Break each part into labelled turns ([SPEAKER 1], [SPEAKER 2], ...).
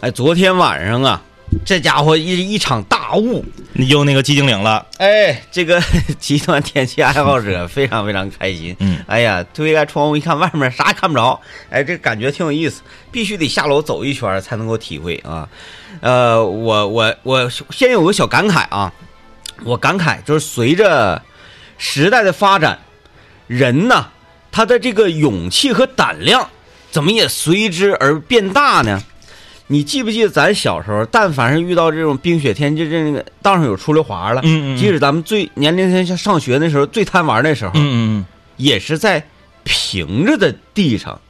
[SPEAKER 1] 哎，昨天晚上啊，这家伙一一场大雾，
[SPEAKER 2] 又那个寂静岭了，
[SPEAKER 1] 哎， 这个极端天气爱好者非常非常开心。
[SPEAKER 2] 嗯，
[SPEAKER 1] 哎呀，推开窗户一看，外面啥也看不着，哎，这感觉挺有意思，必须得下楼走一圈才能够体会啊。呃，我我我先有个小感慨啊，我感慨就是随着时代的发展，人呐，他的这个勇气和胆量怎么也随之而变大呢？你记不记得咱小时候，但凡是遇到这种冰雪天气，这那个道上有出溜滑了，
[SPEAKER 2] 嗯嗯嗯
[SPEAKER 1] 即使咱们最年龄像上学那时候最贪玩那时候，
[SPEAKER 2] 嗯嗯
[SPEAKER 1] 也是在平着的地上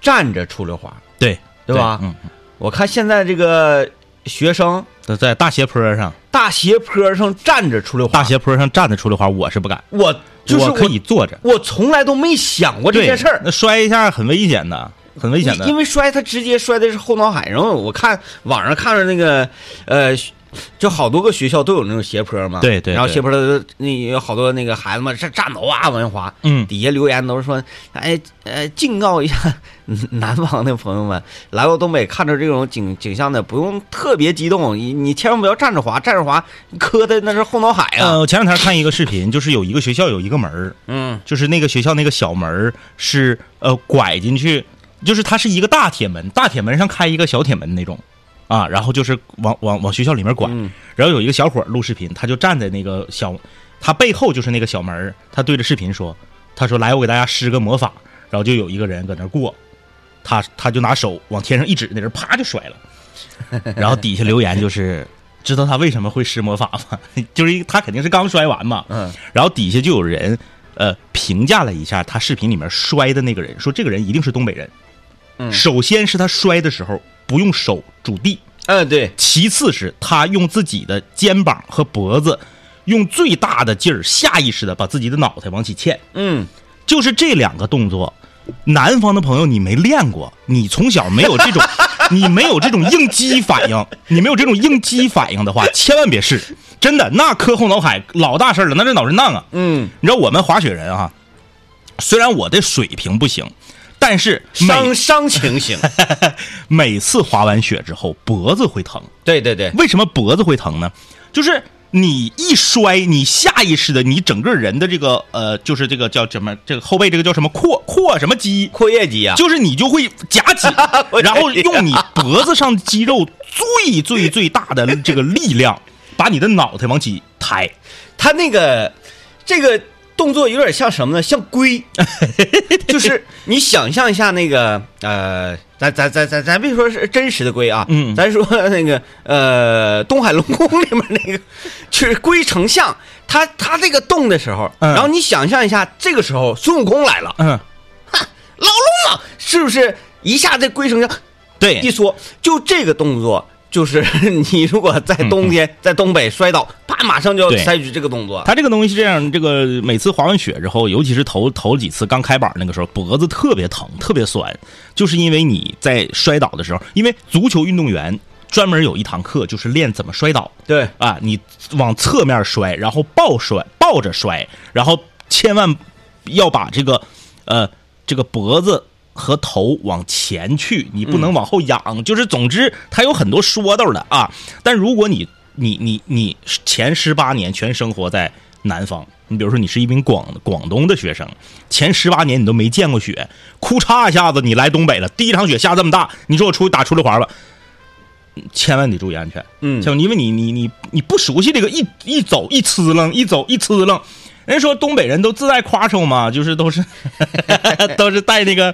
[SPEAKER 1] 站着出溜滑，
[SPEAKER 2] 嗯，对
[SPEAKER 1] 对吧？
[SPEAKER 2] 嗯，
[SPEAKER 1] 我看现在这个学生
[SPEAKER 2] 嗯在大斜坡上，
[SPEAKER 1] 大斜坡上站着出溜滑，
[SPEAKER 2] 大斜坡上站着出溜滑，我是不敢，
[SPEAKER 1] 我就是
[SPEAKER 2] 我
[SPEAKER 1] 我
[SPEAKER 2] 可以坐着。
[SPEAKER 1] 我从来都没想过这
[SPEAKER 2] 对
[SPEAKER 1] 件事儿。
[SPEAKER 2] 那摔一下很危险的，很危险
[SPEAKER 1] 因因
[SPEAKER 2] 的。
[SPEAKER 1] 为摔他直接摔的是后脑海，然后我看网上看着那个，呃，就好多个学校都有那种斜坡嘛，
[SPEAKER 2] 对对对
[SPEAKER 1] 然后斜坡的那有好多那个孩子们上站楼啊往下滑，
[SPEAKER 2] 嗯，
[SPEAKER 1] 底下留言都是说，哎呃，警告一下嗯南方的朋友们，来到东北看着这种景景象的，不用特别激动，你你千万不要站着滑，站着滑磕的那是后脑海啊，
[SPEAKER 2] 呃，我前两天看一个视频，就是有一个学校有一个门儿，
[SPEAKER 1] 嗯
[SPEAKER 2] 就是那个学校那个小门儿是呃拐进去，就是它是一个大铁门，大铁门上开一个小铁门那种，啊，然后就是往往往学校里面拐，
[SPEAKER 1] 嗯
[SPEAKER 2] 然后有一个小伙儿录视频，他就站在那个小，他背后就是那个小门儿，他对着视频说，他说来我给大家施个魔法，然后就有一个人搁那儿过，他他就拿手往天上一指，那人啪就摔 了，然后底下留言就是。知道他为什么会施魔法吗？ 就是一他肯定是刚摔完嘛，
[SPEAKER 1] 嗯，
[SPEAKER 2] 然后底下就有人呃评价了一下他视频里面摔的那个人，说这个人一定是东北人。
[SPEAKER 1] 嗯
[SPEAKER 2] 首先是他摔的时候不用手拄地，
[SPEAKER 1] 嗯对，
[SPEAKER 2] 其次是他用自己的肩膀和脖子，用最大的劲儿下意识的把自己的脑袋往起嵌，
[SPEAKER 1] 嗯，
[SPEAKER 2] 就是这两个动作。南方的朋友，你没练过，你从小没有这种，你没有这种应激反应，你没有这种应激反应的话，千万别试，真的，那磕后脑海老大事儿了，那这脑震荡啊。
[SPEAKER 1] 嗯，
[SPEAKER 2] 你知道我们滑雪人啊，虽然我的水平不行，但是每
[SPEAKER 1] 伤伤情形，
[SPEAKER 2] 每次滑完雪之后脖子会疼。
[SPEAKER 1] 对对对，
[SPEAKER 2] 为什么脖子会疼呢？就是你一摔，你下意识的，你整个人的这个呃，就是这个叫什么，这个后背这个叫什么阔阔什么肌，
[SPEAKER 1] 阔叶肌啊，
[SPEAKER 2] 就是你就会夹紧
[SPEAKER 1] 我，
[SPEAKER 2] 然后用你脖子上肌肉最最最大的这个力量，把你的脑袋往起抬。
[SPEAKER 1] 他那个这个动作有点像什么呢？像 龟，就是你想象一下那个呃，咱咱咱咱咱别说是真实的龟啊，
[SPEAKER 2] 嗯
[SPEAKER 1] 咱说那个呃《东海龙宫》里面那个，就是龟丞相，他他这个动的时候，
[SPEAKER 2] 嗯
[SPEAKER 1] 然后你想象一下，这个时候孙悟空来了，
[SPEAKER 2] 嗯，
[SPEAKER 1] 老龙啊，是不是一下这龟丞相
[SPEAKER 2] 对，
[SPEAKER 1] 一说，就这个动作。就是 你如果在冬天在东北摔倒，啪，马上就要
[SPEAKER 2] 嗯对
[SPEAKER 1] 采取这个动作。
[SPEAKER 2] 它这个东西是这样，这个每次滑完雪之后，尤其是头头几次刚开板那个时候，脖子特别疼，特别酸，就是因为你在摔倒的时候，因为足球运动员专门有一堂课就是练怎么摔倒
[SPEAKER 1] 对，
[SPEAKER 2] 啊，你往侧面摔，然后抱摔，抱着摔，然后千万要把这个呃这个脖子。和头往前去，你不能往后仰，就是总之它有很多说道的啊。但如果你你你你前十八年全生活在南方，你比如说你是一名广广东的学生，前十八年你都没见过雪，哭嚓一下子你来东北了，第一场雪下这么大，你说我出去打出溜滑吧，千万得注意安全，
[SPEAKER 1] 嗯
[SPEAKER 2] 像因为你你你你不熟悉这个一一走一呲楞，一走一呲楞。人家说东北人都自带夸抽嘛，就是都是 都是带那个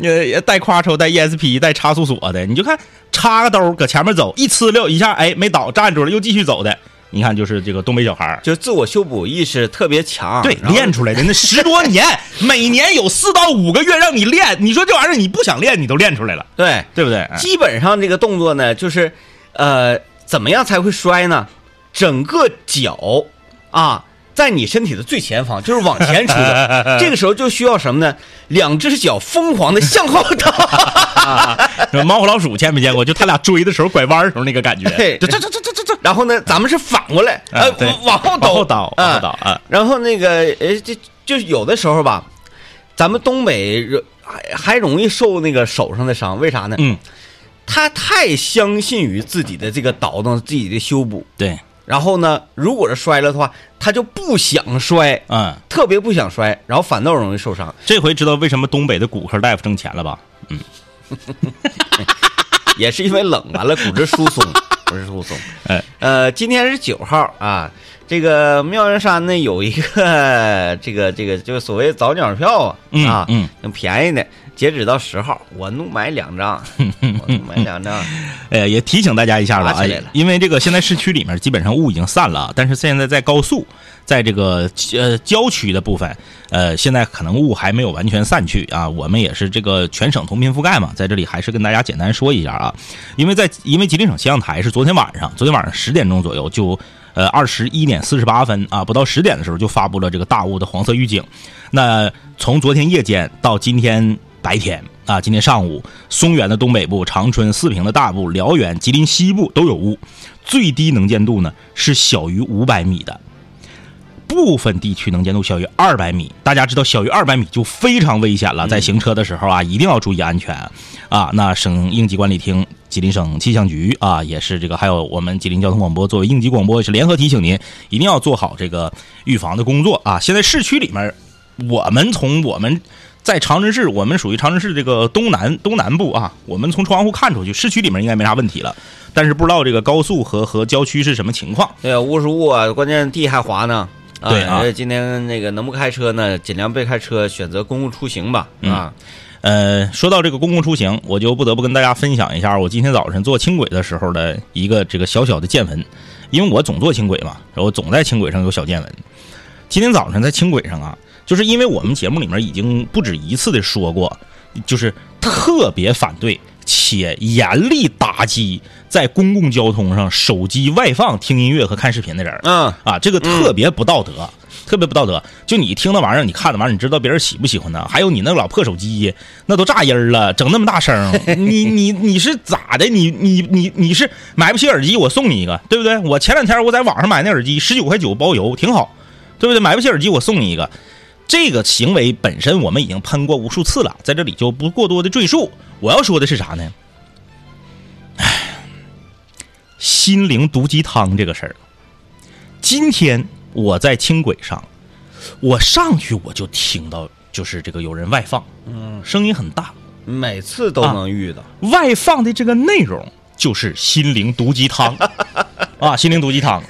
[SPEAKER 2] 呃带夸抽、带 ESP、带差速锁的。你就看插个兜搁前面走，一呲溜一下，哎，没倒站住了，又继续走的。你看，就是这个东北小孩儿，
[SPEAKER 1] 就是自我修补意识特别强，
[SPEAKER 2] 对，
[SPEAKER 1] 啊然后
[SPEAKER 2] 练出来的那十多 年，每年有四到五个月让你练。你说这玩意儿你不想练，你都练出来了，
[SPEAKER 1] 对，
[SPEAKER 2] 对不对？ 哎
[SPEAKER 1] 基本上这个动作呢，就是呃，怎么样才会摔呢？整个脚啊，在你身体的最前方，就是往前出 的。这个时候就需要什么呢？两只脚疯狂的向后倒。
[SPEAKER 2] 猫和老鼠见没见过？就他俩追的时候拐弯的时候那个感觉，
[SPEAKER 1] 对
[SPEAKER 2] 这这这这这这这，
[SPEAKER 1] 然后呢，咱们是反过来，呃，
[SPEAKER 2] 对
[SPEAKER 1] 往往后
[SPEAKER 2] 往
[SPEAKER 1] 倒
[SPEAKER 2] 后，倒，
[SPEAKER 1] 啊
[SPEAKER 2] 往后倒啊，
[SPEAKER 1] 然后那个，呃，这就有的时候吧，咱们东北人还还容易受那个手上的伤，为啥呢？
[SPEAKER 2] 嗯，
[SPEAKER 1] 他太相信于自己的这个倒腾、自己的修补，
[SPEAKER 2] 对，
[SPEAKER 1] 然后呢，如果是摔了的话，他就不想摔，
[SPEAKER 2] 嗯，
[SPEAKER 1] 特别不想摔，然后反倒容易受伤，
[SPEAKER 2] 这回知道为什么东北的骨科大夫挣钱了吧？
[SPEAKER 1] 也是因为冷，完了骨质疏 松，骨质疏松。
[SPEAKER 2] 哎，
[SPEAKER 1] 呃，今天是九号啊，这个妙云山呢有一个这个这个就是所谓早鸟票啊，
[SPEAKER 2] 嗯
[SPEAKER 1] 啊，
[SPEAKER 2] 嗯，
[SPEAKER 1] 挺便宜的，截止到十号，我怒买两 张，我怒买两张，
[SPEAKER 2] 呃，也提醒大家一下吧，
[SPEAKER 1] 爬起来
[SPEAKER 2] 哎
[SPEAKER 1] 了
[SPEAKER 2] 因为这个现在市区里面基本上雾已经散了，但是现在在高速，在这个呃郊区的部分，呃，现在可能雾还没有完全散去啊。我们也是这个全省同频覆盖嘛，在这里还是跟大家简单说一下啊，因为在因为吉林省气象台是昨天晚上，昨天晚上十点钟左右就。呃，二十一点四十八分啊，不到十点的时候就发布了这个大雾的黄色预警。那从昨天夜间到今天白天啊，今天上午，松原的东北部、长春、四平的大部、辽源、吉林西部都有雾，最低能见度呢是小于五百米的，部分地区能见度小于二百米。大家知道，小于二百米就非常危险了，在行车的时候啊，一定要注意安全啊。那省应急管理厅、吉林省气象局啊，也是这个，还有我们吉林交通广播作为应急广播也是联合提醒您，一定要做好这个预防的工作啊。现在市区里面，我们从我们。在长春市，我们属于长春市这个东南东南部啊。我们从窗户看出去，市区里面应该没啥问题了，但是不知道这个高速和和郊区是什么情况。
[SPEAKER 1] 对啊，无是雾啊，关键地还滑呢。
[SPEAKER 2] 对啊
[SPEAKER 1] 所以今天那个能不开车呢，尽量别开车，选择公共出行吧。
[SPEAKER 2] 嗯
[SPEAKER 1] 啊，
[SPEAKER 2] 呃，说到这个公共出行，我就不得不跟大家分享一下我今天早晨坐轻轨的时候的一个这个小小的见闻，因为我总坐轻轨嘛，然后总在轻轨上有小见闻。今天早晨在轻轨上啊，就是因为我们节目里面已经不止一次的说过，就是特别反对且严厉打击在公共交通上手机外放听音乐和看视频的人儿。
[SPEAKER 1] 嗯，
[SPEAKER 2] 啊，这个特别不道德，特别不道德。就你听那玩意儿，你看那玩意儿，你知道别人喜不喜欢呢？还有你那老破手机，那都炸音儿了，整那么大声儿，你你你是咋的？你你你你是买不起耳机，我送你一个，对不对？我前两天我在网上买那耳机，十九块九包邮，挺好，对不对？买不起耳机，我送你一个。这个行为本身我们已经喷过无数次了，在这里就不过多的赘述。我要说的是啥呢？唉，心灵毒鸡汤这个事儿，今天我在轻轨上，我上去我就听到，就是这个有人外放，嗯，声音很大，
[SPEAKER 1] 每次
[SPEAKER 2] 啊
[SPEAKER 1] 都能遇到。
[SPEAKER 2] 外放的这个内容就是心灵毒鸡汤 啊，心灵毒鸡汤，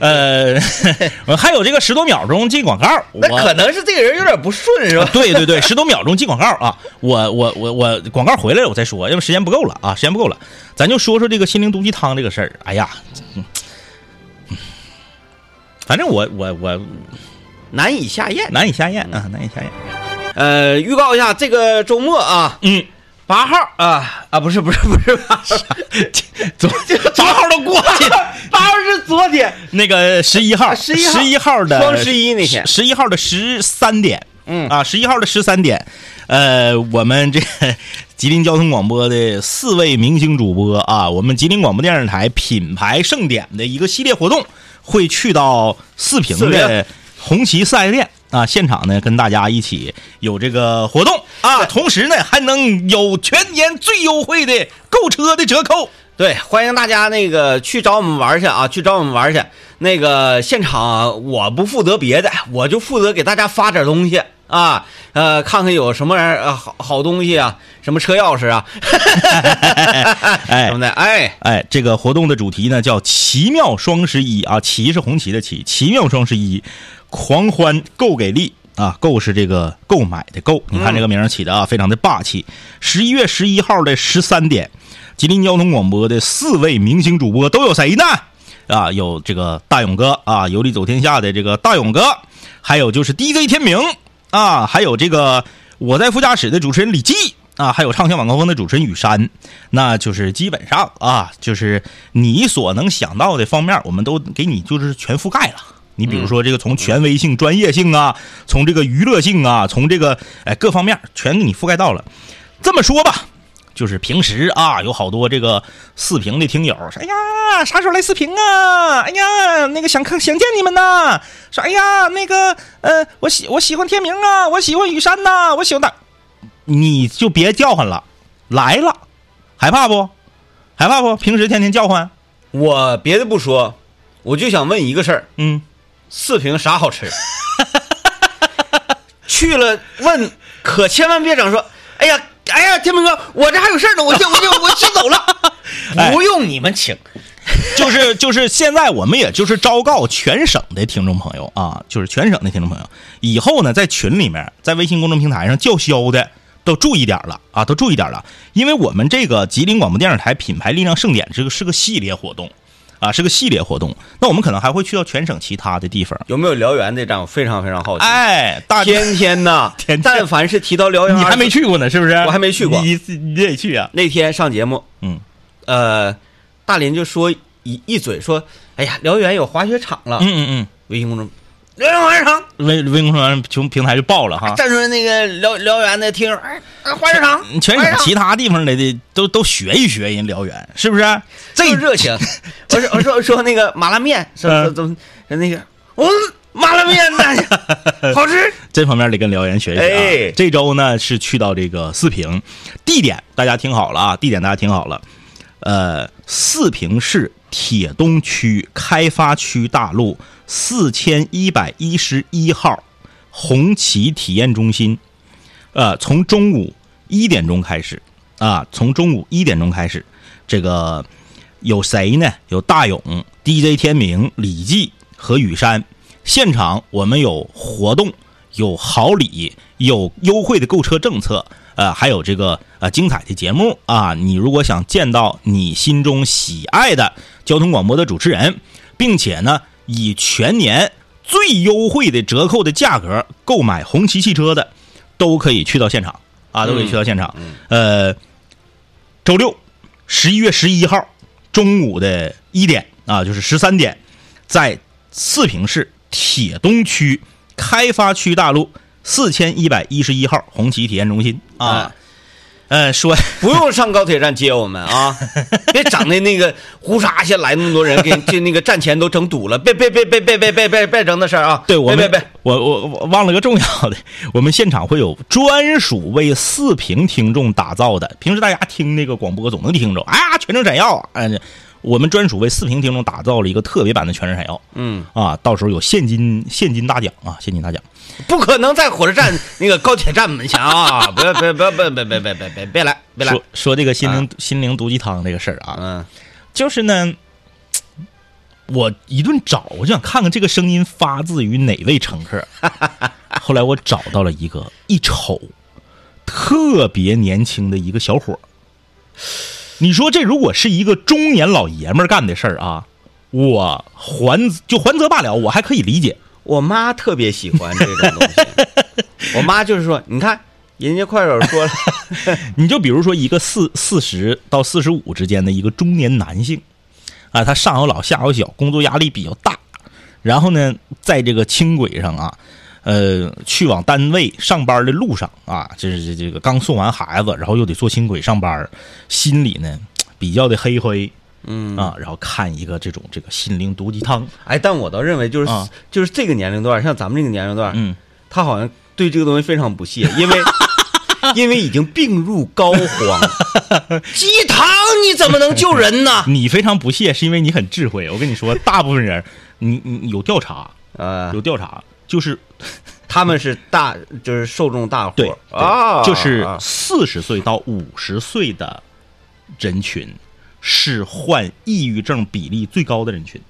[SPEAKER 2] 呃， 还有这个十多秒钟进广告，
[SPEAKER 1] 那
[SPEAKER 2] 我
[SPEAKER 1] 可能是这个人有点不顺，是吧？
[SPEAKER 2] 对对对，十多秒钟进广告啊！我我我我广告回来了我再说，要不时间不够了啊，时间不够了，咱就说说这个心灵毒鸡汤这个事儿。哎呀，嗯嗯反正我我我
[SPEAKER 1] 难以下咽。
[SPEAKER 2] 难以下咽啊，难以下咽。
[SPEAKER 1] 呃，预告一下，这个周末啊，
[SPEAKER 2] 嗯，
[SPEAKER 1] 八号啊啊，不是不是不是八号，
[SPEAKER 2] 昨八号都过去了，
[SPEAKER 1] 八号是昨天，
[SPEAKER 2] 那个十一号，
[SPEAKER 1] 11号
[SPEAKER 2] 十一号的
[SPEAKER 1] 双十一那天
[SPEAKER 2] 十一号的十三点，
[SPEAKER 1] 嗯
[SPEAKER 2] 啊，十一号的十三点，呃，我们这个 吉林交通广播的四位明星主播啊，我们吉林广播电视台品牌盛典的一个系列活动，会去到四平
[SPEAKER 1] 四
[SPEAKER 2] 的
[SPEAKER 1] 平
[SPEAKER 2] 红旗四 S 店。啊，现场呢跟大家一起有这个活动啊，同时呢还能有全年最优惠的购车的 折扣。
[SPEAKER 1] 对，欢迎大家那个去找我们玩去啊，去找我们玩去。那个现场我不负责别的，我就负责给大家发点东西啊，呃，看看有什么玩意儿呃好好东西啊，什么车钥匙啊，
[SPEAKER 2] 哎
[SPEAKER 1] 什，么的，哎，
[SPEAKER 2] 哎，这个活动的主题呢叫“奇妙双十一”啊，“奇”是红旗的“奇”，奇妙双十一，狂欢够给力啊！够是这个购买的购，你看这个名儿起的啊，非常的霸气。十一月十一号的十三点，吉林交通广播的四位明星主播都有谁呢？啊，有这个大勇哥啊，游历走天下的这个大勇哥，还有就是 DJ 天明啊，还有这个我在副驾驶的主持人李记啊，还有畅想晚高峰的主持人雨山，那就是基本上啊，就是你所能想到的方面，我们都给你就是全覆盖了。你比如说这个从权威性、专业性啊，从这个娱乐性啊，从这个哎各方面全给你覆盖到了。这么说吧，就是平时啊，有好多这个四平的听友说：“哎呀，啥时候来四平啊？哎呀，那个想看想见你们呐！说哎呀，那个呃，我喜我喜欢天明啊，我喜欢雨山呐、我喜欢哪？你就别叫唤了，来了，害怕不？害怕不？平时天天叫唤，
[SPEAKER 1] 我别的不说，我就想问一个事儿：
[SPEAKER 2] 嗯，
[SPEAKER 1] 四平啥好吃？ 去了问，可千万别整说，哎呀，哎呀，天明哥，我这还有事儿呢，我先我先我先走了，
[SPEAKER 2] 哎
[SPEAKER 1] 不用你们请。
[SPEAKER 2] 就是就是现在我们也就是昭告全省的听众朋友啊，就是全省的听众朋友，以后呢在群里面，在微信公众平台上叫嚣的都注意点了啊，都注意点了，因为我们这个吉林广播电视台品牌力量盛典这个是个系列活动啊，是个系列活动，那我们可能还会去到全省其他的地方。
[SPEAKER 1] 有没有辽源这站？我非常非常好奇。
[SPEAKER 2] 哎，大家
[SPEAKER 1] 天天呐，
[SPEAKER 2] 天天
[SPEAKER 1] 但凡是提到辽源，
[SPEAKER 2] 你还没去过呢，是不是？
[SPEAKER 1] 我还没去过
[SPEAKER 2] 你你得去啊。
[SPEAKER 1] 那天上节目，
[SPEAKER 2] 嗯，
[SPEAKER 1] 呃，大林就说一一嘴说，哎呀，辽源有滑雪场了，
[SPEAKER 2] 嗯嗯
[SPEAKER 1] 微信公众辽源滑雪场，
[SPEAKER 2] 嗯，微微信公众号平平台就爆了哈。
[SPEAKER 1] 站出来那个辽辽源的听友，哎，哎滑雪场，
[SPEAKER 2] 全
[SPEAKER 1] 滑雪
[SPEAKER 2] 省
[SPEAKER 1] 场
[SPEAKER 2] 其他地方的的都都学一学人辽源，是不是？
[SPEAKER 1] 这热 情，我说我说我说那个麻辣面，说
[SPEAKER 2] 嗯
[SPEAKER 1] 说么那个，我麻辣面 呢，好吃，
[SPEAKER 2] 这方面得跟辽源学一学啊。
[SPEAKER 1] 哎
[SPEAKER 2] 这周呢是去到这个四平，地点大家听好了啊，地点大家听好了，呃，四平市铁东区开发区大路四千一百一十一号红旗体验中心，呃，从中午一点钟开始啊，从中午一点钟开始，这个有谁呢？有大勇、DJ 天明、李记和雨山。现场我们有活动，有好礼，有优惠的购车政策，呃，还有这个呃精彩的节目啊！你如果想见到你心中喜爱的交通广播的主持人，并且呢以全年最优惠的折扣的价格购买红旗汽车的，都可以去到现场啊，都可以去到现场。呃，周六十一月十一号中午的一点啊，就是十三点，在四平市铁东区开发区大路四千一百一十一号红旗体验中心啊。
[SPEAKER 1] 哎
[SPEAKER 2] 呃，说
[SPEAKER 1] 不用上高铁站接我们啊！别整的那个胡啥先来那么多人，给这那个站前都整堵了。别别别别别别别别别整那事儿啊！
[SPEAKER 2] 对我们，
[SPEAKER 1] 别别别，
[SPEAKER 2] 我我我忘了个重要的，我们现场会有专属为四平听众打造的。平时大家听那个广播总能听着，哎呀，全程闪耀，哎，我们专属为四平听众打造了一个特别版的全程闪耀
[SPEAKER 1] 嗯，
[SPEAKER 2] 啊！到时候有现金现金大奖啊，现金大奖。
[SPEAKER 1] 不可能在火车站那个高铁站门前啊！不要不要不要不要别别别别别别来别来啊
[SPEAKER 2] 说！说这个心灵、心灵毒鸡汤这个事儿啊，
[SPEAKER 1] 嗯，
[SPEAKER 2] 就是呢，我一顿找，我就想看看这个声音发自于哪位乘客。后来我找到了一个，一瞅，特别年轻的一个小伙儿。你说这如果是一个中年老爷们儿干的事儿啊，我还就还则罢了，我还可以理解。
[SPEAKER 1] 我妈特别喜欢这种东西， 我妈就是说，你看人家快手说了，
[SPEAKER 2] 你就比如说一个四四十到四十五之间的一个中年男性，啊，他上有老下有小，工作压力比较大，然后呢，在这个轻轨上啊，呃，去往单位上班的路上啊，这是这这个刚送完孩子，然后又得坐轻轨上班，心里呢比较的黑灰。嗯啊，然后看一个这种这个心灵毒鸡汤，
[SPEAKER 1] 哎，但我倒认为就是、
[SPEAKER 2] 啊
[SPEAKER 1] 就是这个年龄段，像咱们这个年龄段，
[SPEAKER 2] 嗯，
[SPEAKER 1] 他好像对这个东西非常不屑，因 为因为已经病入膏肓。 鸡汤你怎么能救人呢？
[SPEAKER 2] 你非常不屑，是因为你很智慧。我跟你说，大部分人，你你你有调查，
[SPEAKER 1] 呃
[SPEAKER 2] 有，调查，就是
[SPEAKER 1] 他们是大，就是受众大
[SPEAKER 2] 对
[SPEAKER 1] 伙儿啊，
[SPEAKER 2] 就是
[SPEAKER 1] 啊
[SPEAKER 2] 四十岁到五十岁的人群是患抑郁症比例最高的人群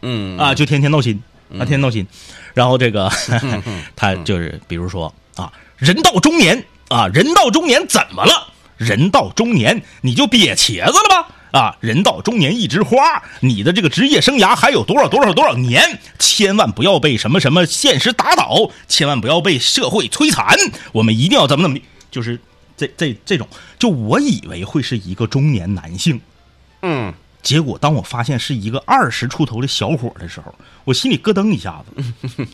[SPEAKER 1] 嗯
[SPEAKER 2] 啊，就天天闹心啊，天天闹心。然后这个 他就是比如说啊，人到中年啊，人到中年怎么了？人到中年你就瘪茄子了吧？啊，人到中年一枝花，你的这个职业生涯还有多少多少多少年？千万不要被什么什么现实打倒，千万不要被社会摧残，我们一定要怎么怎么地，就是这这这种，就我以为会是一个中年男性，
[SPEAKER 1] 嗯，
[SPEAKER 2] 结果当我发现是一个二十出头的小伙的时候，我心里咯噔一下子，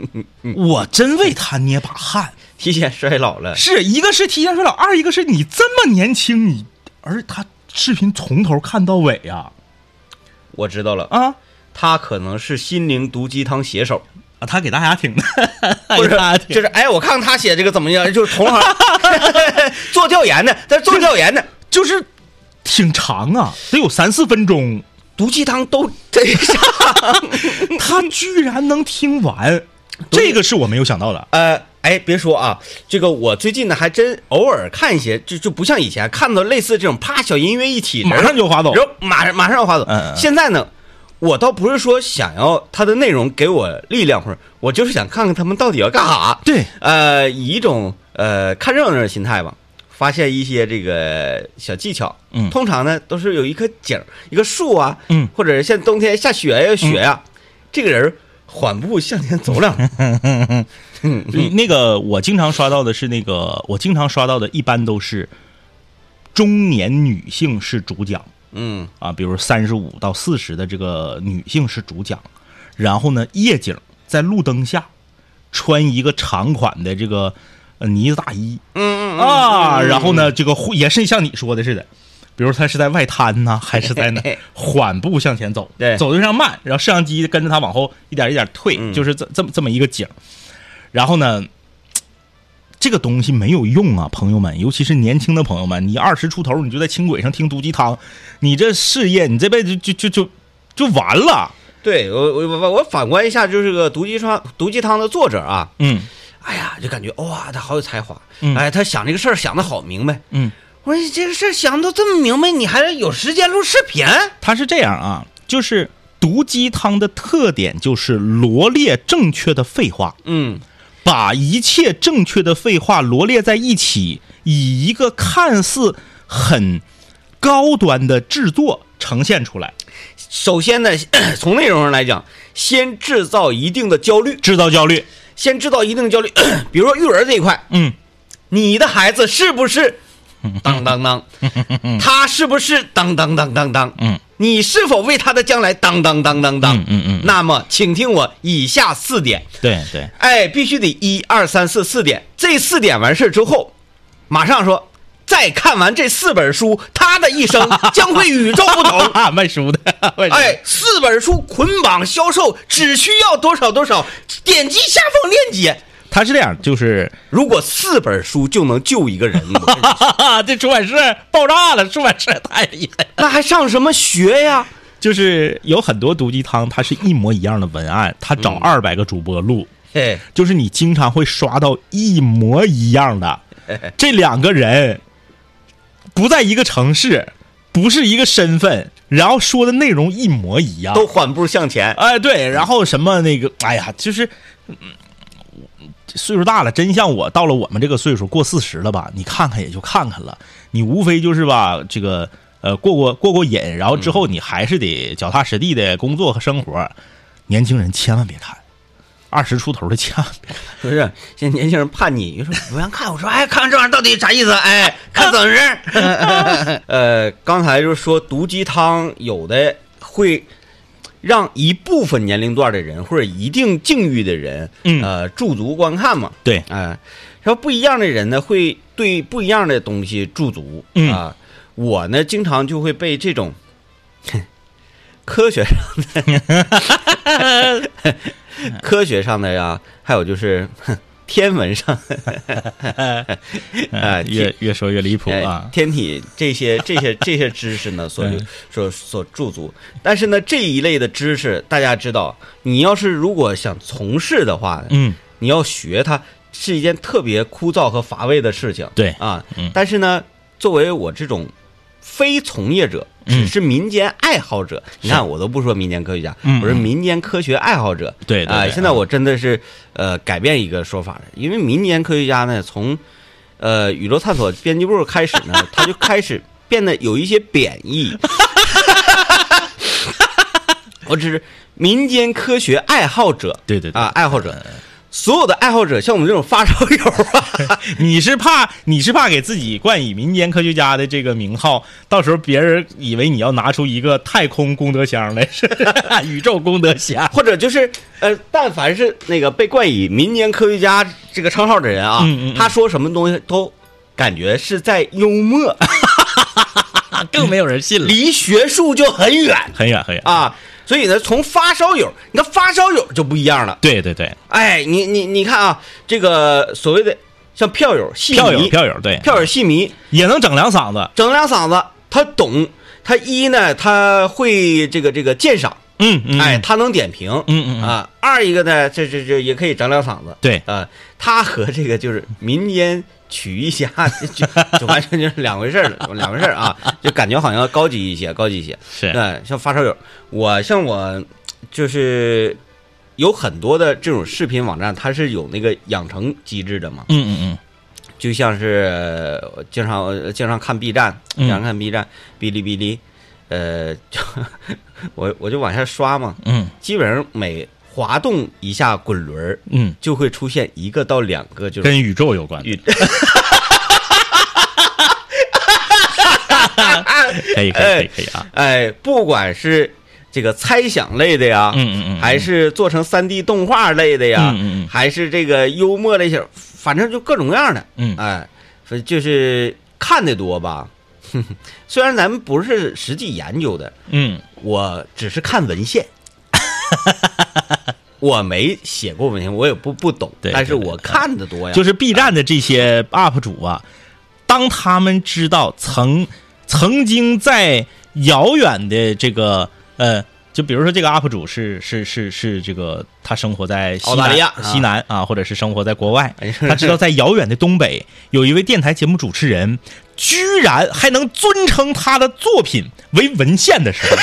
[SPEAKER 2] 我真为他捏把汗。
[SPEAKER 1] 提前衰老了，
[SPEAKER 2] 是一个是提前衰老，二一个是你这么年轻，你而他视频从头看到尾啊呀、
[SPEAKER 1] 我知道了，
[SPEAKER 2] 啊，
[SPEAKER 1] 他可能是心灵毒鸡汤写手，
[SPEAKER 2] 啊，他给大家 听的，
[SPEAKER 1] 不
[SPEAKER 2] 给
[SPEAKER 1] 是
[SPEAKER 2] 大家，听。
[SPEAKER 1] 就是哎，我看他 写这个怎么样，就是同行做调研的，他是做调研的，
[SPEAKER 2] 就是挺长啊，得有三四分 钟，
[SPEAKER 1] 毒鸡汤都 这样。
[SPEAKER 2] 他居然能听完，这个是我没有想到的。
[SPEAKER 1] 呃，哎，别说啊，这个我最近呢还真偶尔看一些，就就不像以前看到类似这种啪小音乐一起，
[SPEAKER 2] 马上就划走
[SPEAKER 1] 然后马上马上要划走。
[SPEAKER 2] 嗯嗯
[SPEAKER 1] 现在呢，我倒不是说想要它的内容给我力量，或者我就是想看看他们到底要干啥。
[SPEAKER 2] 对，
[SPEAKER 1] 呃，以一种呃看热闹的心态吧。发现一些这个小技巧，
[SPEAKER 2] 嗯
[SPEAKER 1] 通常呢都是有一棵景儿、一个树啊，
[SPEAKER 2] 嗯
[SPEAKER 1] 或者是像冬天下雪呀、有雪呀、这个人缓步向前走两步，嗯
[SPEAKER 2] 那个我经常刷到的是那个，我经常刷到的一般都是中年女性是主讲
[SPEAKER 1] 嗯
[SPEAKER 2] 啊，比如三十五到四十的这个女性是主讲，然后呢，夜景在路灯下穿一个长款的这个呃呢子大衣，
[SPEAKER 1] 嗯嗯
[SPEAKER 2] 啊，然后呢，这个忽也是像你说的似的，比如他是在外滩呐、还是在哪 缓步向前走，
[SPEAKER 1] 对
[SPEAKER 2] 走的非常慢，然后摄像机跟着他往后一点一点退，
[SPEAKER 1] 嗯
[SPEAKER 2] 就是这这么这么一个景儿。然后呢，这个东西没有用啊，朋友们，尤其是年轻的朋友们，你二十出头你就在轻轨上听毒鸡汤，你这事业你这辈子就就就就就完了。
[SPEAKER 1] 对我我我我反观一下，就是个毒鸡汤毒鸡汤的作者啊，
[SPEAKER 2] 嗯
[SPEAKER 1] 哎呀，就感觉哇，他好有才华，
[SPEAKER 2] 嗯
[SPEAKER 1] 哎，他想这个事儿想的好明白。
[SPEAKER 2] 嗯，
[SPEAKER 1] 我说你这个事儿想的这么明白，你还有时间录视频？
[SPEAKER 2] 它是这样啊，就是毒鸡汤的特点就是罗列正确的废话。
[SPEAKER 1] 嗯，
[SPEAKER 2] 把一切正确的废话罗列在一起，以一个看似很高端的制作呈现出来，
[SPEAKER 1] 首先呢， 从内容上来讲，先制造一定的焦虑，
[SPEAKER 2] 制造焦虑。
[SPEAKER 1] 先制造一定的焦虑。 比如说育儿这一块，
[SPEAKER 2] 嗯，
[SPEAKER 1] 你的孩子是不是当当 当？他是不是当当当当当？
[SPEAKER 2] 嗯，
[SPEAKER 1] 你是否为他的将来当当当当当？
[SPEAKER 2] 嗯嗯嗯
[SPEAKER 1] 那么，请听我以下四点。
[SPEAKER 2] 对对，
[SPEAKER 1] 哎，必须得一二三四四点，这四点完事儿之后，马上说，再看完这四本书，他的一生将会与众不 同。
[SPEAKER 2] 啊，卖书的，卖书的，
[SPEAKER 1] 哎，四本书捆绑销售，只需要多少多少，点击下方链接。
[SPEAKER 2] 他是这样，就是
[SPEAKER 1] 如果四本书就能救一个 人，我跟你
[SPEAKER 2] 哈哈， 这出版社爆炸了，出版社太厉害了。
[SPEAKER 1] 那还上什么学呀？
[SPEAKER 2] 就是有很多毒鸡汤，它是一模一样的文案，他找二百个主播录。
[SPEAKER 1] 哎，
[SPEAKER 2] 就是你经常会刷到一模一样的，这两个人不在一个城市，不是一个身份，然后说的内容一模一样，
[SPEAKER 1] 都缓步向前。
[SPEAKER 2] 哎对，然后什么那个，哎呀，就是。嗯岁数大了，真像我到了我们这个岁数，过四十了吧？你看看也就看看了，你无非就是吧，这个呃，过过过过瘾，然后之后你还是得脚踏实地的工作和生活。年轻人千万别看，二十出头的千万别看
[SPEAKER 1] 不是，现在年轻人怕你，就说不愿看。我说，哎，看完这玩意儿到底啥意思？哎，看怎么回事？ 呃，刚才就是说毒鸡汤有的会让一部分年龄段的人或者一定境遇的人，
[SPEAKER 2] 嗯
[SPEAKER 1] 呃，驻足观看嘛。
[SPEAKER 2] 对
[SPEAKER 1] 哎、然后不一样的人呢，会对不一样的东西驻足。
[SPEAKER 2] 嗯
[SPEAKER 1] 啊、我呢，经常就会被这种科学上的、科学上的呀，还有就是天文上的
[SPEAKER 2] 哎，
[SPEAKER 1] 天
[SPEAKER 2] 越越说越离谱
[SPEAKER 1] 哎
[SPEAKER 2] 啊！
[SPEAKER 1] 天体这些这些这些知识呢，所
[SPEAKER 2] 嗯
[SPEAKER 1] 所所驻足。但是呢，这一类的知识，大家知道，你要是如果想从事的话，
[SPEAKER 2] 嗯，
[SPEAKER 1] 你要学它是一件特别枯燥和乏味的事情。
[SPEAKER 2] 对
[SPEAKER 1] 啊
[SPEAKER 2] 嗯，
[SPEAKER 1] 但是呢，作为我这种非从业者，
[SPEAKER 2] 嗯
[SPEAKER 1] 只是民间爱好者，你看我都不说民间科学家
[SPEAKER 2] 嗯，
[SPEAKER 1] 我是民间科学爱好者。
[SPEAKER 2] 对对
[SPEAKER 1] 啊，
[SPEAKER 2] 对嗯
[SPEAKER 1] 现在我真的是呃改变一个说法了，因为民间科学家呢，从呃宇宙探索编辑部开始 呢，他就开始变得有一些贬义。 我只是民间科学爱好者，
[SPEAKER 2] 对对对呃
[SPEAKER 1] 啊，爱好者，所有的爱好者，像我们这种发烧友 啊，
[SPEAKER 2] 你是怕你是怕给自己冠以民间科学家的这个名号，到时候别人以为你要拿出一个太空功德箱来，是 宇宙功德箱。
[SPEAKER 1] 或者就是呃，但凡是那个被冠以民间科学家这个称号的人啊，
[SPEAKER 2] 嗯嗯嗯
[SPEAKER 1] 他说什么东西都感觉是在幽 默，
[SPEAKER 2] 那更没有人信。
[SPEAKER 1] 离学术就很远
[SPEAKER 2] 很远很远！
[SPEAKER 1] 啊。所以呢，从发烧友，你看发烧友就不一样了。
[SPEAKER 2] 对对对，
[SPEAKER 1] 哎，你你你看啊，这个所谓的像票友、戏迷、
[SPEAKER 2] 票友票友对
[SPEAKER 1] 票友戏迷，
[SPEAKER 2] 也能整两嗓子。
[SPEAKER 1] 整两嗓子，他懂，他一呢他会这个这个鉴赏，
[SPEAKER 2] 嗯嗯，
[SPEAKER 1] 哎，，他能点评，
[SPEAKER 2] 嗯嗯嗯
[SPEAKER 1] 啊。二一个呢，这这这也可以长两嗓子，
[SPEAKER 2] 对
[SPEAKER 1] 啊，他和这个就是民间曲艺侠 就就完全就是两回事儿 了，两回事儿啊，就感觉好像高级一些，高级一些。
[SPEAKER 2] 是，
[SPEAKER 1] 对，像发烧友，我像我就是有很多的这种视频网站，它是有那个养成机制的嘛，
[SPEAKER 2] 嗯嗯
[SPEAKER 1] 就像是呃我经常呃经常看 B 站，
[SPEAKER 2] 嗯
[SPEAKER 1] 经常看 B 站、哔哩哔哩，呃，就 我我就往下刷嘛，
[SPEAKER 2] 嗯
[SPEAKER 1] 基本上每滑动一下滚轮儿
[SPEAKER 2] 嗯
[SPEAKER 1] 就会出现一个到两个，就
[SPEAKER 2] 嗯，
[SPEAKER 1] 是
[SPEAKER 2] 跟宇宙有 关，
[SPEAKER 1] 宇，
[SPEAKER 2] 可以可以可以可以啊，
[SPEAKER 1] 哎，不管是这个猜想类的呀，
[SPEAKER 2] 嗯嗯嗯，
[SPEAKER 1] 还是做成三 D 动画类的呀，
[SPEAKER 2] 嗯嗯嗯
[SPEAKER 1] 还是这个幽默类型，反正就各种各样的，
[SPEAKER 2] 嗯
[SPEAKER 1] 哎，所以就是看的多吧。 哼哼虽然咱们不是实际研究的，
[SPEAKER 2] 嗯
[SPEAKER 1] 我只是看文 献，我没写过文献，我也不不懂，
[SPEAKER 2] 对
[SPEAKER 1] 但是
[SPEAKER 2] 对对
[SPEAKER 1] 我看的多呀。
[SPEAKER 2] 就是 B 站的这些 UP 主啊，当他们知道曾曾经在遥远的这个呃，就比如说这个 UP 主是是是是这个他生活在西
[SPEAKER 1] 澳大
[SPEAKER 2] 南
[SPEAKER 1] 利亚啊
[SPEAKER 2] 西南啊，或者是生活在国外
[SPEAKER 1] 哎，
[SPEAKER 2] 他知道在遥远的东北 有一位电台节目主持人，居然还能尊称他的作品为文献的 时候。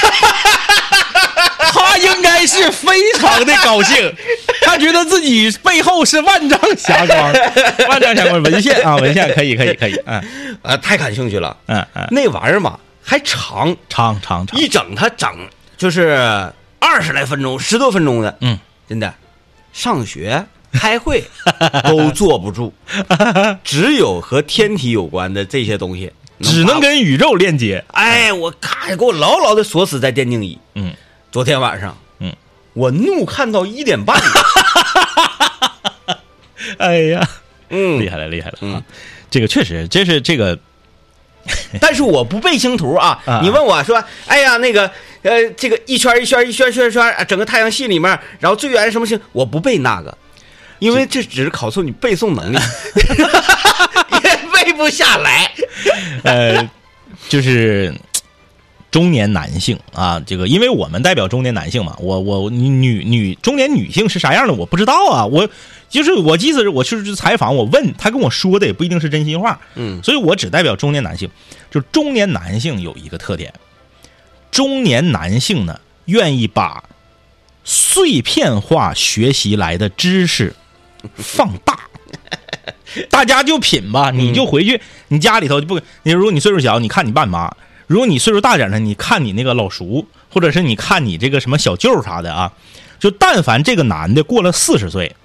[SPEAKER 2] 他应该是非常的高 兴，他觉得自己背后是万丈霞 光，万丈霞光文献啊，文献可以可以可以，嗯
[SPEAKER 1] 啊，太感兴趣了，
[SPEAKER 2] 嗯嗯，
[SPEAKER 1] 那玩意儿嘛还长，
[SPEAKER 2] 长长长，
[SPEAKER 1] 一整它整就是二十来分钟，十多分钟的，
[SPEAKER 2] 嗯，
[SPEAKER 1] 真的，上学、开会都坐不 住，只有和天体有关的这些东西，
[SPEAKER 2] 只能
[SPEAKER 1] 给
[SPEAKER 2] 跟宇宙链接，
[SPEAKER 1] 哎，我咔给我牢牢的锁死在电竞椅。
[SPEAKER 2] 嗯
[SPEAKER 1] 昨天晚上，
[SPEAKER 2] 嗯，
[SPEAKER 1] 我怒看到一点 半，
[SPEAKER 2] 哎呀，厉
[SPEAKER 1] 嗯，
[SPEAKER 2] 害了厉害了啊
[SPEAKER 1] 嗯，
[SPEAKER 2] 这个确实，这是这个
[SPEAKER 1] 但是我不背星图啊
[SPEAKER 2] 啊。
[SPEAKER 1] 你问我说，哎呀，那个，呃，这个一圈一圈一圈一圈一圈，啊整个太阳系里面，然后最远是什么星，我不背那个，因为这只是考测你背诵 能力，也背不下来。
[SPEAKER 2] 呃，就是中年男性啊，这个因为我们代表中年男性嘛，我我女女女中年女性是啥样的我不知道啊，我就是我即使我去采访，我问他跟我说的也不一定是真心话，
[SPEAKER 1] 嗯
[SPEAKER 2] 所以我只代表中年男性。就是中年男性有一个特点，中年男性呢愿意把碎片化学习来的知识放大。大家就品吧，你就回去，你家里头就不，你如果你岁数小，你看你爸你妈；如果你岁数大点儿呢，你看你那个老叔，或者是你看你这个什么小舅啥的啊。就但凡这个男的过了四十岁，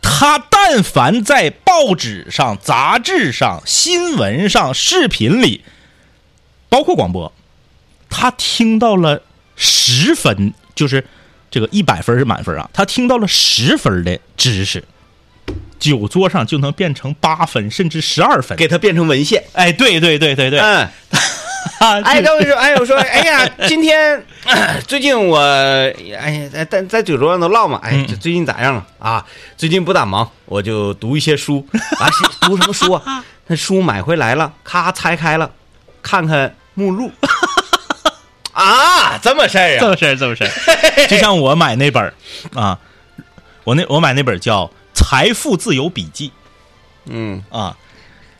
[SPEAKER 2] 他但凡在报纸上、杂志上、新闻上、视频里，包括广播，他听到了十分，就是这个一百分是满分啊，他听到了十分的知识，酒桌上就能变成八分甚至十二分。
[SPEAKER 1] 给它变成文献，
[SPEAKER 2] 哎，对对对对对，
[SPEAKER 1] 嗯，
[SPEAKER 2] 啊
[SPEAKER 1] 哎，
[SPEAKER 2] 这
[SPEAKER 1] 他们说，哎，我说，哎呀，今天 最近我，哎呀，在在在酒桌上都唠嘛，哎，这最近咋样了啊？最近不咋忙，我就读一些书啊，是读什么书啊？那书买回来了，咔拆开了，看看目录啊，这么事儿
[SPEAKER 2] 这
[SPEAKER 1] 啊？
[SPEAKER 2] 么事儿这么事 儿，就像我买那本儿啊，我那我买那本儿叫《财富自由笔记
[SPEAKER 1] 嗯，》
[SPEAKER 2] 啊，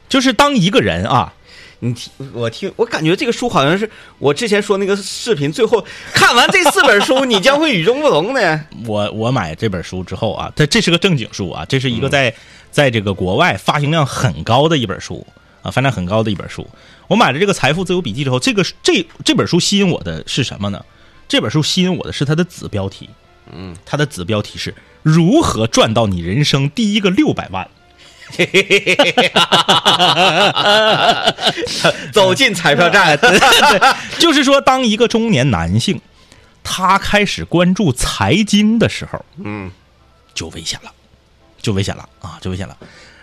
[SPEAKER 2] 就是当一个人啊，
[SPEAKER 1] 你听，我听，我感觉这个书好像是我之前说那个视频，最后看完这四本书，你将会与众不同的。
[SPEAKER 2] 我我买这本书之后啊，这这是个正经书啊，这是一个在在这个国外发行量很高的一本书啊，发行量很高的一本书。我买了这个《财富自由笔记》之后，这个这这本书吸引我的是什么呢？这本书吸引我的是它的子标题，嗯，它的子标题是如何赚到你人生第一个六百万。
[SPEAKER 1] 走进彩票站，
[SPEAKER 2] 就是说，当一个中年男性他开始关注财经的时候，
[SPEAKER 1] 嗯，
[SPEAKER 2] 就危险了，就危险了啊，就危险了。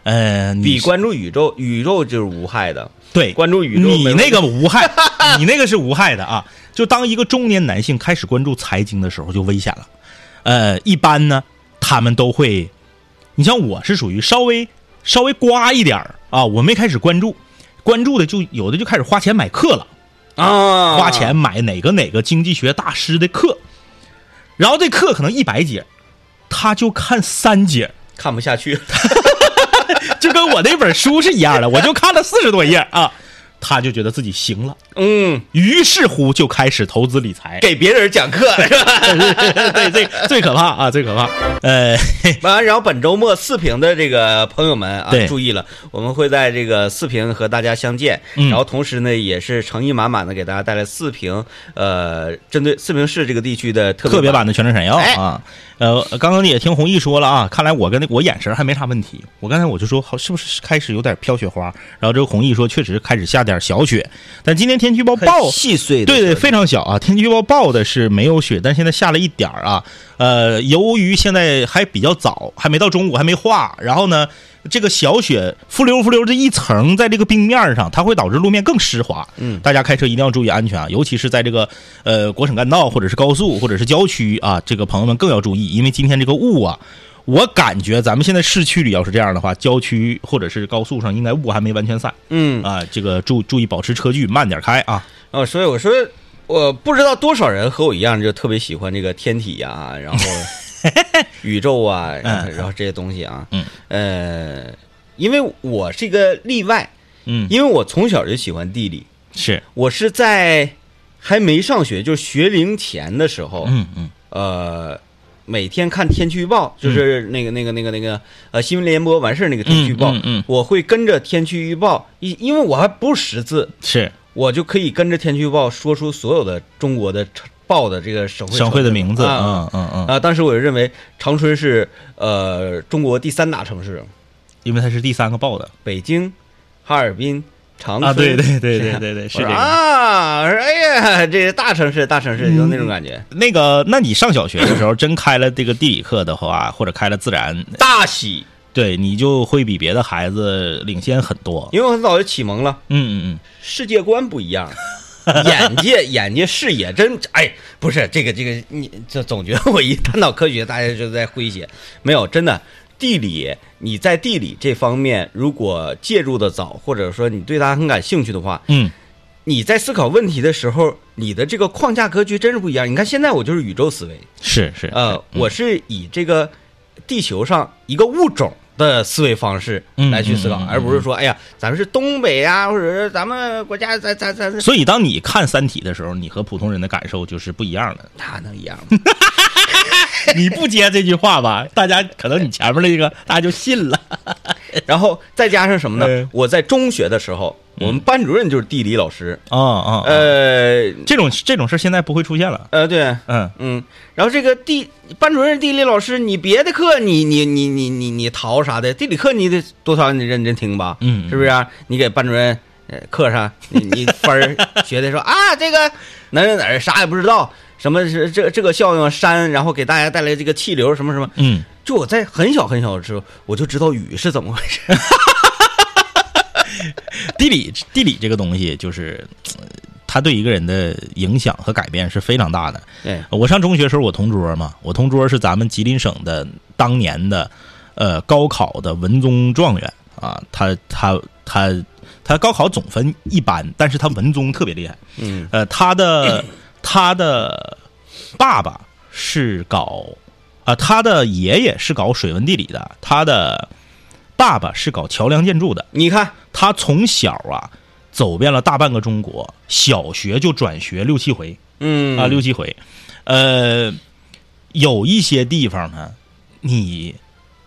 [SPEAKER 2] 呃，你
[SPEAKER 1] 比关注宇宙，宇宙就是无害的。
[SPEAKER 2] 对
[SPEAKER 1] 关注宇宙没
[SPEAKER 2] 你
[SPEAKER 1] 问
[SPEAKER 2] 那个无害， 你那个是无害的啊。就当一个中年男性开始关注财经的时候，就危险了。呃，一般呢，他们都会，你像我是属于稍微稍微瓜一点儿啊，我没开始关注，关注的就有的就开始花钱买课了。
[SPEAKER 1] 啊，
[SPEAKER 2] 花钱买哪个哪个经济学大师的课，然后这课可能一百节，他就看三节，
[SPEAKER 1] 看不下 去，
[SPEAKER 2] 就跟我那本书是一样的，我就看了四十多页啊，他就觉得自己行了，
[SPEAKER 1] 嗯，
[SPEAKER 2] 于是乎就开始投资 理财。
[SPEAKER 1] 给别人讲 课是吧？
[SPEAKER 2] 对，最最可怕啊，最可怕。呃，
[SPEAKER 1] 完，然后本周末四平的这个朋友们啊
[SPEAKER 2] 对，
[SPEAKER 1] 注意了，我们会在这个四平和大家相见，
[SPEAKER 2] 嗯
[SPEAKER 1] 然后同时呢，也是诚意满满的给大家带来四平呃，针对四平市这个地区的特
[SPEAKER 2] 特别
[SPEAKER 1] 版。
[SPEAKER 2] 版的《全程闪耀》
[SPEAKER 1] 哎
[SPEAKER 2] 啊，呃，刚刚你也听红毅说了啊，看来我跟那我眼神还没啥问题。我刚才我就说，好，是不是开始有点飘雪花？然后这个红毅说，确实开始下点小雪，但今天天气预报
[SPEAKER 1] 很
[SPEAKER 2] 报
[SPEAKER 1] 细碎的，
[SPEAKER 2] 对对，非常小啊！天气预报报的是没有雪，但现在下了一点儿啊。呃，由于现在还比较早，还没到中午，还没化。然后呢，这个小雪浮溜浮溜这一层在这个冰面上，它会导致路面更湿滑。
[SPEAKER 1] 嗯
[SPEAKER 2] 大家开车一定要注意安全啊，尤其是在这个呃国产干道或者是高速或者是郊区啊，这个朋友们更要注意，因为今天这个雾啊。我感觉咱们现在市区里要是这样的话，郊区或者是高速上应该雾还没完全散
[SPEAKER 1] 嗯，
[SPEAKER 2] 啊、这个注注意保持车距，慢点开啊。
[SPEAKER 1] 哦，所以我说，我不知道多少人和我一样，就特别喜欢这个天体呀、然 后宇宙啊，然后然后这些东西啊，
[SPEAKER 2] 嗯，
[SPEAKER 1] 呃，因为我是一个例外，
[SPEAKER 2] 嗯，
[SPEAKER 1] 因为我从小就喜欢地理，
[SPEAKER 2] 是，
[SPEAKER 1] 我是在还没上学，就学龄前的时候，
[SPEAKER 2] 嗯嗯
[SPEAKER 1] 呃。每天看天气预报，就是那个、那个、那个、那个，呃，新闻联播完事儿那个天气预报，
[SPEAKER 2] 嗯嗯嗯
[SPEAKER 1] 我会跟着天气预报，因因为我还不识字，
[SPEAKER 2] 是
[SPEAKER 1] 我就可以跟着天气预报说出所有的中国的城报的这个省会
[SPEAKER 2] 省会的名字，
[SPEAKER 1] 啊
[SPEAKER 2] 嗯嗯嗯，
[SPEAKER 1] 啊！当时我就认为长春是呃中国第三大城市，
[SPEAKER 2] 因为它是第三个报的
[SPEAKER 1] 北京、哈尔滨、长春。
[SPEAKER 2] 啊，对对对对对 对，是
[SPEAKER 1] 我说
[SPEAKER 2] 这个。
[SPEAKER 1] 啊！我说哎呀，这大城市，大城市有那
[SPEAKER 2] 嗯
[SPEAKER 1] 种感觉，
[SPEAKER 2] 那个，那你上小学的时候真开了这个地理课的话，或者开了自然，
[SPEAKER 1] 大喜，
[SPEAKER 2] 对你就会比别的孩子领先很多。
[SPEAKER 1] 因为我很早就启蒙了，
[SPEAKER 2] 嗯嗯
[SPEAKER 1] 世界观不一 样。眼界、眼界、视野，真哎，不是这个这个，你这总觉得我一探讨科学，大家就在诙谐。没有，真的，地理你在地理这方面如果介入的早，或者说你对它很感兴趣的话，
[SPEAKER 2] 嗯
[SPEAKER 1] 你在思考问题的时候，你的这个框架格局真是不一样。你看现在我就是宇宙思维，
[SPEAKER 2] 嗯，是是，嗯
[SPEAKER 1] 呃，我是以这个地球上一个物种的思维方式来去思考，
[SPEAKER 2] 嗯嗯嗯嗯
[SPEAKER 1] 而不是说，哎呀，咱们是东北呀、或者是咱们国家咱咱咱咱
[SPEAKER 2] 嗯所以当你看《三体》的时候，你和普通人的感受就是不一样的。
[SPEAKER 1] 那能一样吗？
[SPEAKER 2] 你不接这句话吧，大家可能你前面那个大家就信了。
[SPEAKER 1] 然后再加上什么
[SPEAKER 2] 嗯
[SPEAKER 1] 呢？我在中学的时候，我们班主任就是地理老师。
[SPEAKER 2] 啊啊，啊，
[SPEAKER 1] 呃
[SPEAKER 2] 这种这种事儿现在不会出现了。
[SPEAKER 1] 呃，对，
[SPEAKER 2] 嗯，
[SPEAKER 1] 嗯，然后这个地班主任地理老师，你别的课你你你你你你逃啥的，地理课你得多少你认真听吧，
[SPEAKER 2] 嗯嗯
[SPEAKER 1] 是不是啊、你给班主任呃课上你你分儿学的说啊，这个哪儿哪儿啥也不知道，什么是这这个效应山，然后给大家带来这个气流什么什么，
[SPEAKER 2] 嗯，
[SPEAKER 1] 就我在很小很小的时候我就知道雨是怎么回事。
[SPEAKER 2] 地理地理这个东西，就是呃它对一个人的影响和改变是非常大的。
[SPEAKER 1] 哎，
[SPEAKER 2] 我上中学时候，我同桌嘛，我同桌是咱们吉林省的当年的呃高考的文综状元啊，他他他他高考总分一般，但是他文综特别厉害。
[SPEAKER 1] 嗯
[SPEAKER 2] 呃，他的他的爸爸是搞啊、他的爷爷是搞水文地理的，他的爸爸是搞桥梁建筑的。
[SPEAKER 1] 你看，
[SPEAKER 2] 他从小啊走遍了大半个中国，小学就转学六七回
[SPEAKER 1] 嗯
[SPEAKER 2] 啊，六七回。呃，有一些地方呢，你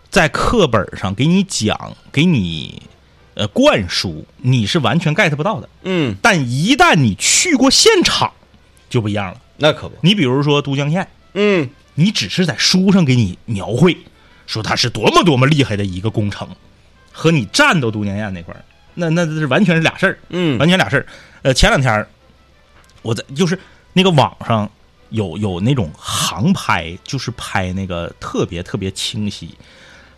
[SPEAKER 2] 在课本上给你讲，给你呃灌输，你是完全 get 不到的。
[SPEAKER 1] 嗯，
[SPEAKER 2] 但一旦你去过现场，就不一样了。
[SPEAKER 1] 那可不，
[SPEAKER 2] 你比如说都江堰，
[SPEAKER 1] 嗯
[SPEAKER 2] 你只是在书上给你描绘，说它是多么多么厉害的一个工程，和你站到都江堰那块儿，那那是完全是俩事儿。
[SPEAKER 1] 嗯
[SPEAKER 2] 完全俩事儿。呃，前两天儿我在就是那个网上有有那种航拍，就是拍那个特别特别清晰，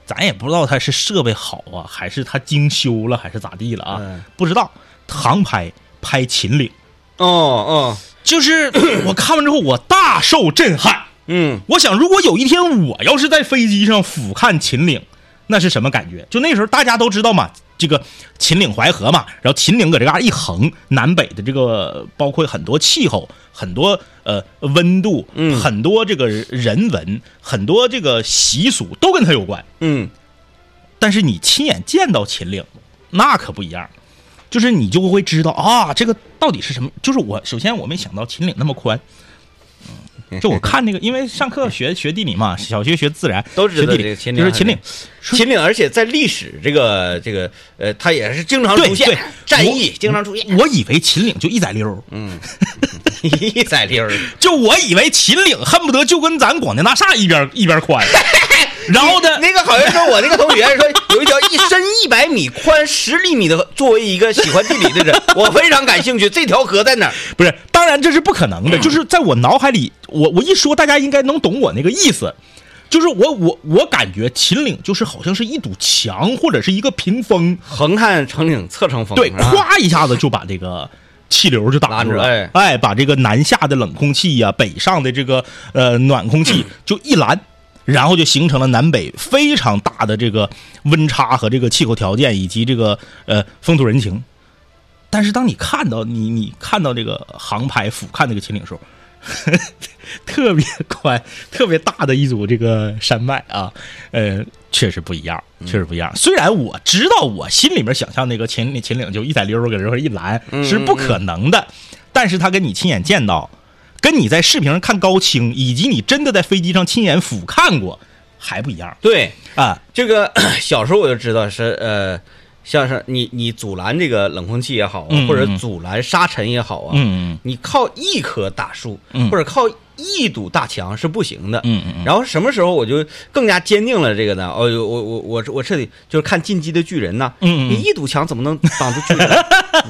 [SPEAKER 2] 咱也不知道它是设备好啊，还是它精修了，还是咋地了啊？
[SPEAKER 1] 嗯
[SPEAKER 2] 不知道航拍拍秦岭，
[SPEAKER 1] 哦哦
[SPEAKER 2] 就是我看完之后我大受震撼。
[SPEAKER 1] 嗯
[SPEAKER 2] 我想，如果有一天我要是在飞机上俯瞰秦岭，那是什么感觉？就那时候大家都知道嘛，这个秦岭淮河嘛，然后秦岭搁这嘎一横，南北的这个包括很多气候、很多呃温度、
[SPEAKER 1] 嗯
[SPEAKER 2] 很多这个人文、很多这个习俗都跟它有关。
[SPEAKER 1] 嗯
[SPEAKER 2] 但是你亲眼见到秦岭，那可不一样，就是你就会知道啊，这个到底是什么？就是我首先我没想到秦岭那 么宽。嗯就我看那个，因为上课学学地理嘛， 小学学自然，
[SPEAKER 1] 都知道
[SPEAKER 2] 学地
[SPEAKER 1] 这
[SPEAKER 2] 理
[SPEAKER 1] 个秦岭啊
[SPEAKER 2] 就是秦岭
[SPEAKER 1] 还，秦岭，而且在历史这个这个呃，它也是经常
[SPEAKER 2] 对
[SPEAKER 1] 出现
[SPEAKER 2] 对
[SPEAKER 1] 战
[SPEAKER 2] 我
[SPEAKER 1] 役，经常出现 嗯
[SPEAKER 2] 我以为秦岭就一载溜儿，
[SPEAKER 1] 一载溜儿。
[SPEAKER 2] 就我以为秦岭恨不得就跟咱广电大厦一边一边 宽，然后呢，
[SPEAKER 1] 那个好像说我那个同学说有一条一深一百米、宽十厘米的，作为一个喜欢地理的人，我非常感兴趣。这条河在哪儿？
[SPEAKER 2] 不是，当然这是不可能的，就是在我脑海里，我我一说，大家应该能懂我那个意思，就是我我我感觉秦岭就是好像是一堵墙或者是一个屏风，
[SPEAKER 1] 横看成岭侧成峰。
[SPEAKER 2] 对，
[SPEAKER 1] 是吧
[SPEAKER 2] 咵一下子就把这个。气流就打
[SPEAKER 1] 拉
[SPEAKER 2] 住
[SPEAKER 1] 住
[SPEAKER 2] 了，
[SPEAKER 1] 哎
[SPEAKER 2] 哎，把这个南下的冷空气呀、北上的这个呃暖 空气就一拦，然后就形成了南北非常大的这个温差和这个气候条件以及这个呃风土人情。但是当你看到你你看到这个航拍俯瞰这个秦岭的时候，特别宽、 特别大的一组这个山脉啊，呃，确实不一样，确实不一样。虽然我知道我心里面想象那个秦岭秦岭就一载溜儿搁这块儿一拦是不可能的，但是它跟你亲眼见到，跟你在视频上看高清，以及你真的在飞机上亲眼俯瞰过，还不一样
[SPEAKER 1] 对，
[SPEAKER 2] 啊。
[SPEAKER 1] 这个 小时候我就知道是呃，像是你你阻拦这个冷空气也好啊，
[SPEAKER 2] 嗯
[SPEAKER 1] 或者
[SPEAKER 2] 嗯
[SPEAKER 1] 阻拦沙尘也好啊，
[SPEAKER 2] 嗯嗯
[SPEAKER 1] 你靠一棵大树、
[SPEAKER 2] 嗯
[SPEAKER 1] 或者靠一堵大墙是不行的。
[SPEAKER 2] 嗯嗯嗯
[SPEAKER 1] 然后什么时候我就更加坚定了这个呢？哦，我我我我彻底就是看《进击的巨人》呐，
[SPEAKER 2] 嗯嗯
[SPEAKER 1] 你一堵墙怎么能挡住巨 人？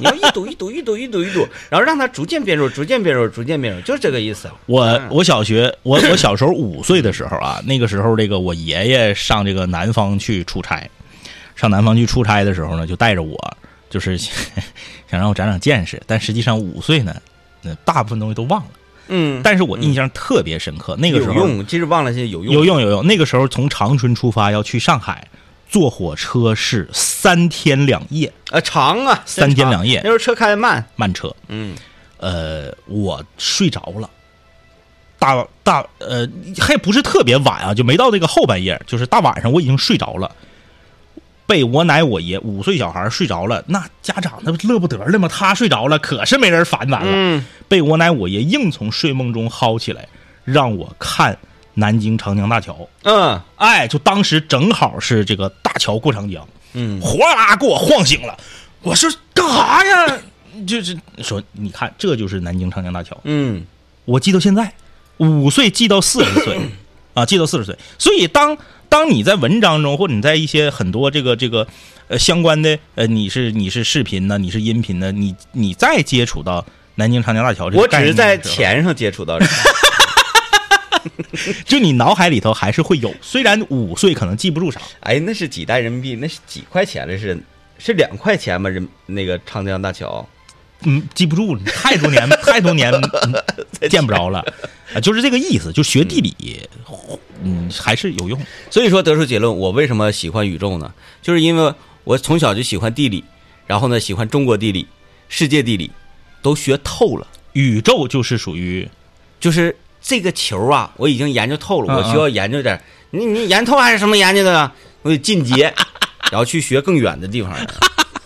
[SPEAKER 1] 你要一堵一堵一堵一堵一堵，然后让它逐渐变弱，逐渐变弱，逐渐变弱，就是这个意思。
[SPEAKER 2] 我
[SPEAKER 1] 嗯
[SPEAKER 2] 我小学我我小时候五岁的时候啊，那个时候这个我爷爷上这个南方去出差，上南方去出差的时候呢，就带着我，就是 想让我长长见识，但实际上五岁呢，那大部分东西都忘了。
[SPEAKER 1] 嗯，
[SPEAKER 2] 但是我印象特别深刻，那个时
[SPEAKER 1] 有
[SPEAKER 2] 候
[SPEAKER 1] 用，其实忘了些有用。
[SPEAKER 2] 有用有用，那个时候从长春出发要去上海，坐火车是三天两夜
[SPEAKER 1] 啊，长啊，真
[SPEAKER 2] 三天
[SPEAKER 1] 长
[SPEAKER 2] 两夜
[SPEAKER 1] 那时候车开得慢，
[SPEAKER 2] 慢车，
[SPEAKER 1] 嗯，
[SPEAKER 2] 呃，我睡着了，大大呃，还不是特别晚啊，就没到那个后半夜，就是大晚上我已经睡着了。被我奶我爷五岁小孩睡着了，那家长那不乐不得了吗？他睡着了，可是没人烦咱了。
[SPEAKER 1] 嗯
[SPEAKER 2] 被我奶我爷硬从睡梦中薅起来，让我看南京长江大桥。
[SPEAKER 1] 嗯
[SPEAKER 2] 哎，就当时正好是这个大桥过长江，
[SPEAKER 1] 嗯，
[SPEAKER 2] 哗啦给我晃醒了。我说干啥呀？就是说，你看，这就是南京长江大桥。
[SPEAKER 1] 嗯，
[SPEAKER 2] 我记到现在，五岁记到四十 岁，啊，记到四十岁。所以当当你在文章中，或者你在一些很多这个这个呃相关的呃，你是你是视频呢，你是音频呢，你你再接触到南京长江大桥这个
[SPEAKER 1] 我只
[SPEAKER 2] 概
[SPEAKER 1] 是
[SPEAKER 2] 念
[SPEAKER 1] 在
[SPEAKER 2] 的时候，
[SPEAKER 1] 钱上接触到这个，
[SPEAKER 2] 就你脑海里头还是会有，虽然五岁可能记不住啥，
[SPEAKER 1] 哎，那是几代人民币？那是几块钱的是？是两块钱吧？人那个长江大桥，
[SPEAKER 2] 嗯，记不住，太多年太多 年、嗯见不着了，啊，就是这个意思，就学地理，嗯，还是有用，
[SPEAKER 1] 所以说得出结论，我为什么喜欢宇宙呢？就是因为我从小就喜欢地理，然后呢喜欢中国地理、世界地理，都学透了。
[SPEAKER 2] 宇宙就是属于
[SPEAKER 1] 就是这个球啊，我已经研究透了，
[SPEAKER 2] 嗯
[SPEAKER 1] 我需要研究点儿。你你研透还是什么研究的呢？我得进阶，然后去学更远的地方，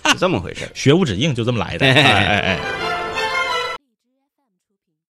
[SPEAKER 1] 是这么回事儿。
[SPEAKER 2] 学无止境，就这么来的。哎哎哎。